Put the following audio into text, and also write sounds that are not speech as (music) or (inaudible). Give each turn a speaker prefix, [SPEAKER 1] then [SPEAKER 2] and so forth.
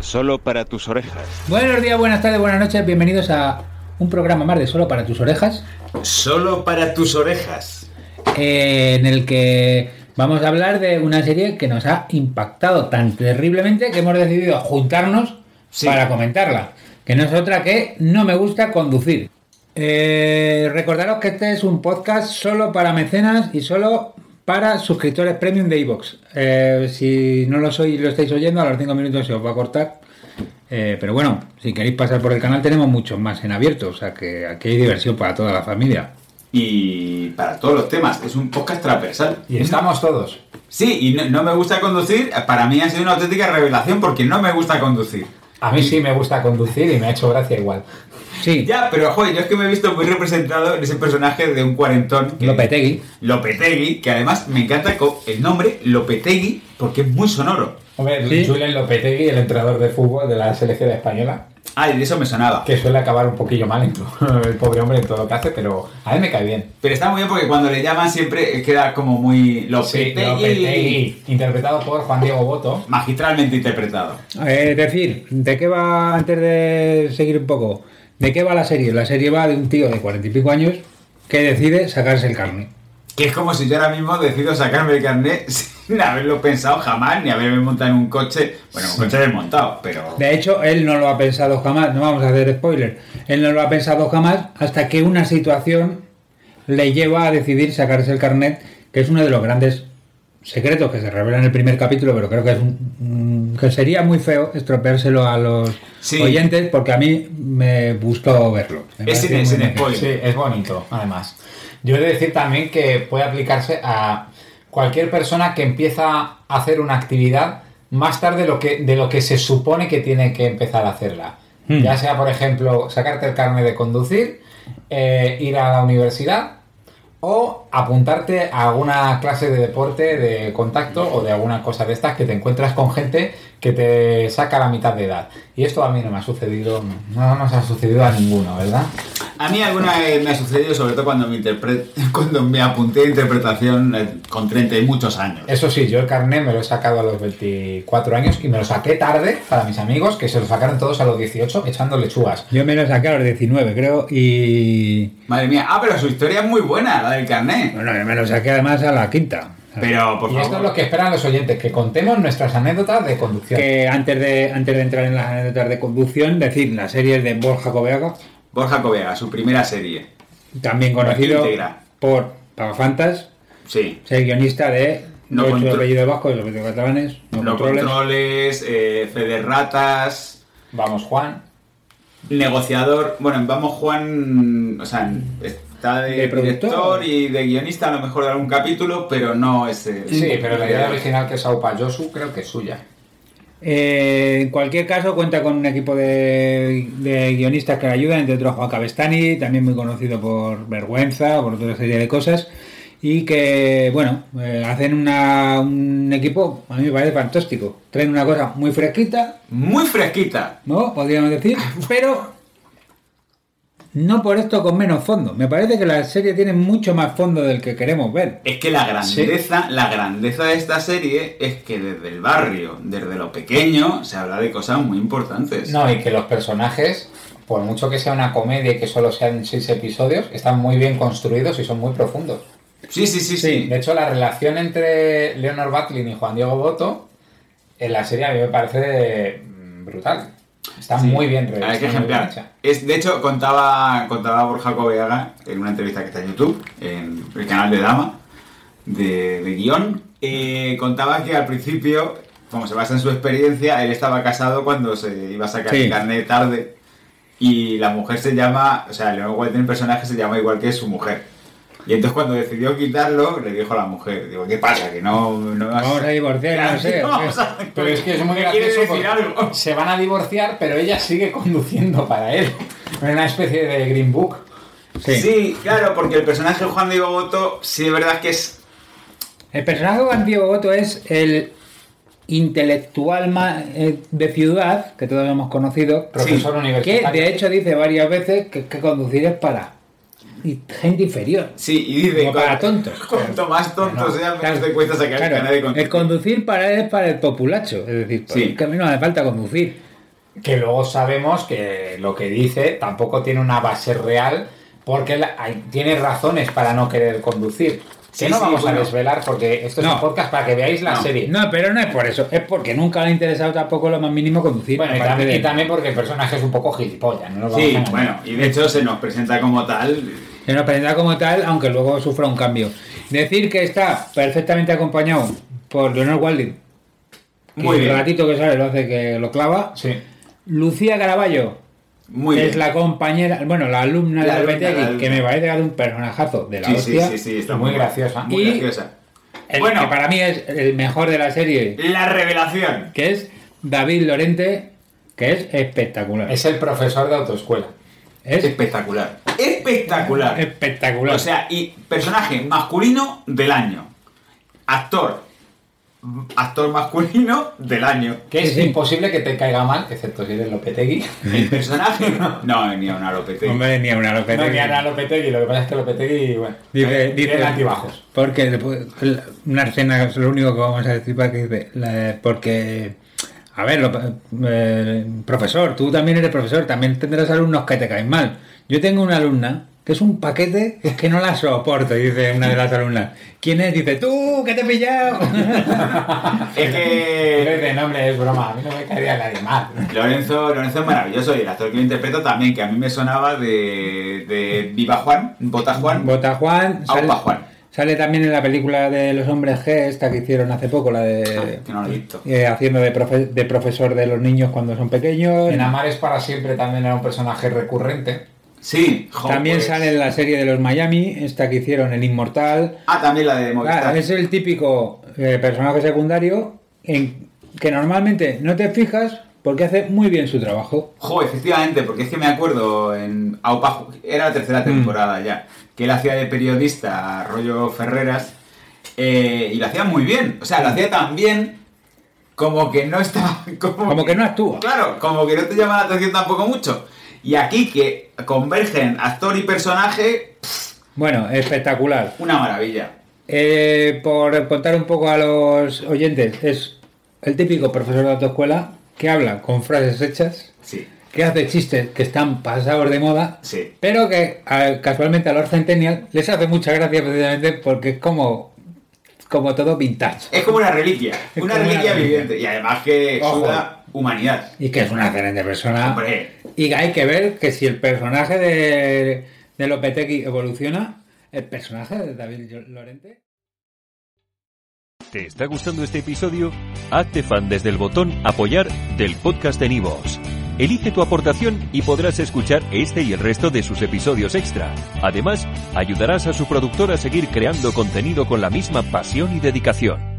[SPEAKER 1] Solo para tus orejas.
[SPEAKER 2] Buenos días, buenas tardes, buenas noches, bienvenidos a un programa más de Solo para tus orejas,
[SPEAKER 3] Solo para tus orejas.
[SPEAKER 2] eh, en el que vamos a hablar de una serie que nos ha impactado tan terriblemente que hemos decidido juntarnos
[SPEAKER 3] Sí.
[SPEAKER 2] para comentarla, que no es otra que No me gusta conducir. Eh, recordaros que este es un podcast solo para mecenas y solo para suscriptores premium de iVoox. Eh, si no lo sois y lo estáis oyendo, a los 5 minutos se os va a cortar. Eh, pero bueno, si queréis pasar por el canal tenemos muchos más en abierto, o sea que aquí hay diversión para toda la familia.
[SPEAKER 3] Y para todos los temas, es un podcast transversal.
[SPEAKER 4] Y estamos todos.
[SPEAKER 3] Sí, y no, no me gusta conducir, para mí ha sido una auténtica revelación porque no me gusta conducir.
[SPEAKER 4] A mí sí me gusta conducir y me ha hecho gracia igual.
[SPEAKER 2] Sí,
[SPEAKER 3] Ya, pero joder, yo es que me he visto muy representado en ese personaje de un cuarentón. que-
[SPEAKER 2] Lopetegui.
[SPEAKER 3] Lopetegui, que además me encanta co- el nombre Lopetegui porque es muy sonoro.
[SPEAKER 4] Hombre,
[SPEAKER 2] Sí.
[SPEAKER 4] Julen Lopetegui, el entrenador de fútbol de la selección española,
[SPEAKER 3] Ah, y de eso me sonaba.
[SPEAKER 4] que suele acabar un poquillo mal en todo, (laughs) el pobre hombre en todo lo que hace, pero a él me cae bien.
[SPEAKER 3] Pero está muy bien porque cuando le llaman siempre queda como muy
[SPEAKER 4] Sí,
[SPEAKER 3] Lopetegui.
[SPEAKER 4] Lopetegui, interpretado por Juan Diego Boto.
[SPEAKER 3] Magistralmente interpretado.
[SPEAKER 2] Eh, Es decir, ¿de qué va, antes de seguir un poco, de qué va la serie? La serie va de un tío de cuarenta y pico años que decide sacarse el carne.
[SPEAKER 3] Que es como si yo ahora mismo decido sacarme el carnet (laughs) sin haberlo pensado jamás, ni haberme montado en un coche. Bueno, un coche desmontado, pero.
[SPEAKER 2] De hecho, él no lo ha pensado jamás, no vamos a hacer spoiler, él no lo ha pensado jamás hasta que una situación le lleva a decidir sacarse el carnet, que es uno de los grandes secretos que se revela en el primer capítulo, pero creo que es un- un- mm, que sería muy feo estropeárselo a los
[SPEAKER 3] Sí.
[SPEAKER 2] oyentes porque a mí me gustó verlo. Me
[SPEAKER 3] Es sin,
[SPEAKER 2] pareció
[SPEAKER 3] sin
[SPEAKER 2] muy bonito.
[SPEAKER 3] spoiler.
[SPEAKER 4] Sí, es bonito, además. Yo he de decir también que puede aplicarse a cualquier persona que empieza a hacer una actividad más tarde de lo que, de lo que se supone que tiene que empezar a hacerla.
[SPEAKER 2] Hmm.
[SPEAKER 4] Ya sea, por ejemplo, sacarte el carnet de conducir, eh, ir a la universidad o apuntarte a alguna clase de deporte de contacto o de alguna cosa de estas que te encuentras con gente que te saca a la mitad de edad. Y esto a mí no me ha sucedido, no nos ha sucedido a ninguno, ¿verdad?
[SPEAKER 3] A mí alguna vez me ha sucedido, sobre todo cuando me, interpre- (laughs) cuando me apunté a interpretación eh, con 30 y muchos años.
[SPEAKER 4] Eso sí, yo el carnet me lo he sacado a los 24 años y me lo saqué tarde para mis amigos, que se lo sacaron todos a los 18 echando lechugas.
[SPEAKER 2] Yo me lo saqué a los 19, creo, y.
[SPEAKER 3] Madre mía, ah, pero su historia es muy buena, la del carnet.
[SPEAKER 2] Bueno, yo me lo saqué además a la quinta.
[SPEAKER 3] Pero, por
[SPEAKER 4] Y esto es lo
[SPEAKER 3] favor.
[SPEAKER 4] que esperan los oyentes, que contemos nuestras anécdotas de conducción.
[SPEAKER 2] Que antes de, antes de entrar en las anécdotas de conducción, decir las series de Borja Cobeaga,
[SPEAKER 3] Borja Covega, su primera serie.
[SPEAKER 2] también conocido
[SPEAKER 3] Íntegra.
[SPEAKER 2] por Pagafantas,
[SPEAKER 3] Sí.
[SPEAKER 2] ser guionista de
[SPEAKER 3] No
[SPEAKER 2] Los ocho
[SPEAKER 3] contro-
[SPEAKER 2] apellidos vascos, los apellidos catalanes, no,
[SPEAKER 3] No,
[SPEAKER 2] controles.
[SPEAKER 3] controles, eh, Fede Ratas.
[SPEAKER 4] Vamos, Juan.
[SPEAKER 3] negociador. Bueno, en Vamos Juan, o sea, está de,
[SPEAKER 2] ¿De productor?
[SPEAKER 3] productor y de guionista a lo mejor de algún capítulo, pero no es. eh,
[SPEAKER 4] Sí, pero la idea original que es Aupa Yosu creo que es suya.
[SPEAKER 2] Eh, en cualquier caso, cuenta con un equipo de, de guionistas que le ayudan, entre otros Juan Cabestani, también muy conocido por Vergüenza, por otra serie de cosas, y que, bueno, eh, hacen una- un equipo, a mí me parece fantástico. Traen una cosa muy fresquita,
[SPEAKER 3] Muy fresquita.
[SPEAKER 2] ¿no? Podríamos decir, pero no por esto con menos fondo. Me parece que la serie tiene mucho más fondo del que queremos ver.
[SPEAKER 3] Es que la grandeza, la grandeza de esta serie es que desde el barrio, desde lo pequeño, se habla de cosas muy importantes.
[SPEAKER 4] No, y que los personajes, por mucho que sea una comedia y que solo sean seis episodios, están muy bien construidos y son muy profundos.
[SPEAKER 3] Sí, sí, sí, sí.
[SPEAKER 4] De hecho, la relación entre Leonard Butlin y Juan Diego Boto en la serie a mí me parece mm, brutal. Está
[SPEAKER 3] Sí.
[SPEAKER 4] muy bien
[SPEAKER 3] Hay que
[SPEAKER 4] está muy bien
[SPEAKER 3] ejemplar.
[SPEAKER 4] hecha.
[SPEAKER 3] Es, de hecho, contaba, contaba Borja Coveaga en una entrevista que está en YouTube, en el canal de Dama, de, de guión. eh, contaba que al principio, como se basa en su experiencia, él estaba casado cuando se iba a sacar
[SPEAKER 2] Sí.
[SPEAKER 3] el carnet tarde. Y la mujer se llama, o sea, León Walden, el personaje, se llama igual que su mujer. Y entonces cuando decidió quitarlo, le dijo a la mujer, digo, ¿qué pasa? Que no... no has-
[SPEAKER 2] Vamos a divorciar,
[SPEAKER 3] (laughs)
[SPEAKER 2] no
[SPEAKER 4] (laughs)
[SPEAKER 2] sé. o
[SPEAKER 3] Vamos
[SPEAKER 2] sea.
[SPEAKER 3] a-
[SPEAKER 4] Pero es que es muy
[SPEAKER 3] ¿Qué quiere
[SPEAKER 4] gracioso
[SPEAKER 3] decir
[SPEAKER 4] porque
[SPEAKER 3] algo?
[SPEAKER 4] se van a divorciar, pero ella sigue conduciendo para él. En una especie de Green Book.
[SPEAKER 2] Sí.
[SPEAKER 3] Sí. claro, porque el personaje de Juan Diego Boto, sí, de verdad que es.
[SPEAKER 2] El personaje de Juan Diego Boto es el intelectual ma- eh, de ciudad que todos hemos conocido,
[SPEAKER 4] Profesor
[SPEAKER 2] que
[SPEAKER 4] universitario.
[SPEAKER 2] de hecho dice varias veces que, que conducir es para y- gente inferior.
[SPEAKER 3] Sí, y dice.
[SPEAKER 2] Como para
[SPEAKER 3] (laughs)
[SPEAKER 2] tontos.
[SPEAKER 3] Cuanto más tonto
[SPEAKER 2] No,
[SPEAKER 3] sea, menos
[SPEAKER 2] claro,
[SPEAKER 3] te cuesta sacar
[SPEAKER 2] claro,
[SPEAKER 3] el canal de
[SPEAKER 2] el
[SPEAKER 3] conducir.
[SPEAKER 2] conducir para él es para el populacho, es decir, pues,
[SPEAKER 3] Sí.
[SPEAKER 2] que a mí no me falta conducir.
[SPEAKER 4] que luego sabemos que lo que dice tampoco tiene una base real porque la- hay- tiene razones para no querer conducir. Que
[SPEAKER 3] Sí,
[SPEAKER 4] no
[SPEAKER 3] sí,
[SPEAKER 4] vamos
[SPEAKER 3] bueno.
[SPEAKER 4] a desvelar porque esto es
[SPEAKER 2] No.
[SPEAKER 4] un podcast para que veáis la
[SPEAKER 3] No.
[SPEAKER 4] serie.
[SPEAKER 2] No, pero no es por eso. Es porque nunca le ha interesado tampoco lo más mínimo conducir.
[SPEAKER 4] Bueno, y
[SPEAKER 2] aparte
[SPEAKER 4] también,
[SPEAKER 2] de-
[SPEAKER 4] y también porque el personaje es un poco gilipollas. No nos vamos
[SPEAKER 3] Sí,
[SPEAKER 4] a engañar.
[SPEAKER 3] bueno, y de hecho se nos presenta como tal.
[SPEAKER 2] Se nos presenta como tal, aunque luego sufra un cambio. Decir que está perfectamente acompañado por Leonor Walding. que
[SPEAKER 3] Muy
[SPEAKER 2] El
[SPEAKER 3] bien.
[SPEAKER 2] ratito que sale lo hace que lo clava.
[SPEAKER 4] Sí.
[SPEAKER 2] Lucía Caraballo,
[SPEAKER 3] Muy
[SPEAKER 2] que
[SPEAKER 3] bien.
[SPEAKER 2] es la compañera, bueno, la alumna
[SPEAKER 3] La
[SPEAKER 2] de
[SPEAKER 3] alumna,
[SPEAKER 2] Repetegui,
[SPEAKER 3] la alumna.
[SPEAKER 2] que me parece que hace un personajazo de la
[SPEAKER 3] sí, sí,
[SPEAKER 2] hostia.
[SPEAKER 3] sí, sí, está
[SPEAKER 4] Muy
[SPEAKER 3] muy, buena.
[SPEAKER 4] graciosa.
[SPEAKER 3] Muy
[SPEAKER 2] Y-
[SPEAKER 3] graciosa.
[SPEAKER 2] El
[SPEAKER 3] Bueno.
[SPEAKER 2] que para mí es el mejor de la serie,
[SPEAKER 3] La revelación.
[SPEAKER 2] que es David Lorente, que es espectacular. Es,
[SPEAKER 4] Es el profesor de autoescuela.
[SPEAKER 3] Espectacular. Espectacular.
[SPEAKER 2] espectacular.
[SPEAKER 3] O sea, y personaje masculino del año. Actor. Actor masculino del año.
[SPEAKER 4] Que es
[SPEAKER 2] Sí, sí.
[SPEAKER 4] imposible que te caiga mal, excepto si eres Lopetegui.
[SPEAKER 3] El personaje. (laughs) No, ni a una Lopetegui.
[SPEAKER 2] Hombre, ni a una
[SPEAKER 4] No,
[SPEAKER 2] Lopetegui.
[SPEAKER 4] ni a Lopetegui, lo que pasa es que Lopetegui, bueno,
[SPEAKER 2] Dice, dice-
[SPEAKER 4] tiene altibajos.
[SPEAKER 2] Porque después- la- una escena es lo único que vamos a decir para que dice, la- porque a ver,
[SPEAKER 3] Ah,
[SPEAKER 2] lo- eh, profesor, tú también eres profesor, también tendrás alumnos que te caen mal. Yo tengo una alumna que es un paquete que no la soporto, dice una de las alumnas. ¿Quién es? Dice, tú, que te he pillado.
[SPEAKER 4] (laughs)
[SPEAKER 3] Es
[SPEAKER 4] Pero
[SPEAKER 3] que.
[SPEAKER 4] de nombre es broma, a mí no me caería nadie mal.
[SPEAKER 3] Lorenzo, Lorenzo es maravilloso y el actor que lo interpreta también, que a mí me sonaba de, de Viva Juan, Bota Juan.
[SPEAKER 2] Bota Juan,
[SPEAKER 3] Aupa
[SPEAKER 2] sale,
[SPEAKER 3] Ah, Juan.
[SPEAKER 2] sale también en la película de los hombres G, esta que hicieron hace poco, la de...
[SPEAKER 3] Ah, que no lo he visto.
[SPEAKER 2] eh, haciendo de, profe- de profesor de los niños cuando son pequeños.
[SPEAKER 4] En Amar es para siempre también era un personaje recurrente.
[SPEAKER 3] Sí, jo,
[SPEAKER 2] También
[SPEAKER 3] pues.
[SPEAKER 2] sale en la serie de los Miami, esta que hicieron, El Inmortal.
[SPEAKER 3] Ah, también la de Movistar.
[SPEAKER 2] Claro, es el típico eh, personaje secundario en que normalmente no te fijas porque hace muy bien su trabajo.
[SPEAKER 3] Jo, efectivamente, porque es que me acuerdo en Aupa Ju- era la
[SPEAKER 2] Mm.
[SPEAKER 3] tercera temporada ya, que él hacía de periodista rollo Ferreras eh, y lo hacía muy bien, o sea, lo hacía tan bien como que no estaba... Como,
[SPEAKER 2] Como que no actúa.
[SPEAKER 3] Claro, como que no te llama la atención tampoco mucho. Y aquí que convergen actor y personaje,
[SPEAKER 2] Bueno, espectacular.
[SPEAKER 3] una maravilla.
[SPEAKER 2] Eh, por contar un poco a los oyentes, es el típico profesor de autoescuela que habla con frases hechas,
[SPEAKER 3] Sí,
[SPEAKER 2] que hace chistes que están pasados de moda,
[SPEAKER 3] sí.
[SPEAKER 2] pero que a- casualmente a los centennial les hace mucha gracia precisamente porque es como, como todo vintage.
[SPEAKER 3] Es como una reliquia,
[SPEAKER 2] Es
[SPEAKER 3] una
[SPEAKER 2] como una
[SPEAKER 3] reliquia
[SPEAKER 2] reliquia.
[SPEAKER 3] viviente y además que
[SPEAKER 2] Ojo.
[SPEAKER 3] suda humanidad.
[SPEAKER 2] Y que es una excelente persona.
[SPEAKER 3] Hombre.
[SPEAKER 2] Y hay que ver que si el personaje de, de Lopetegui evoluciona, el personaje de David Lorente.
[SPEAKER 1] ¿Te está gustando este episodio? Hazte fan desde el botón Apoyar del podcast de Nivos. Elige tu aportación y podrás escuchar este y el resto de sus episodios extra. Además, ayudarás a su productor a seguir creando contenido con la misma pasión y dedicación.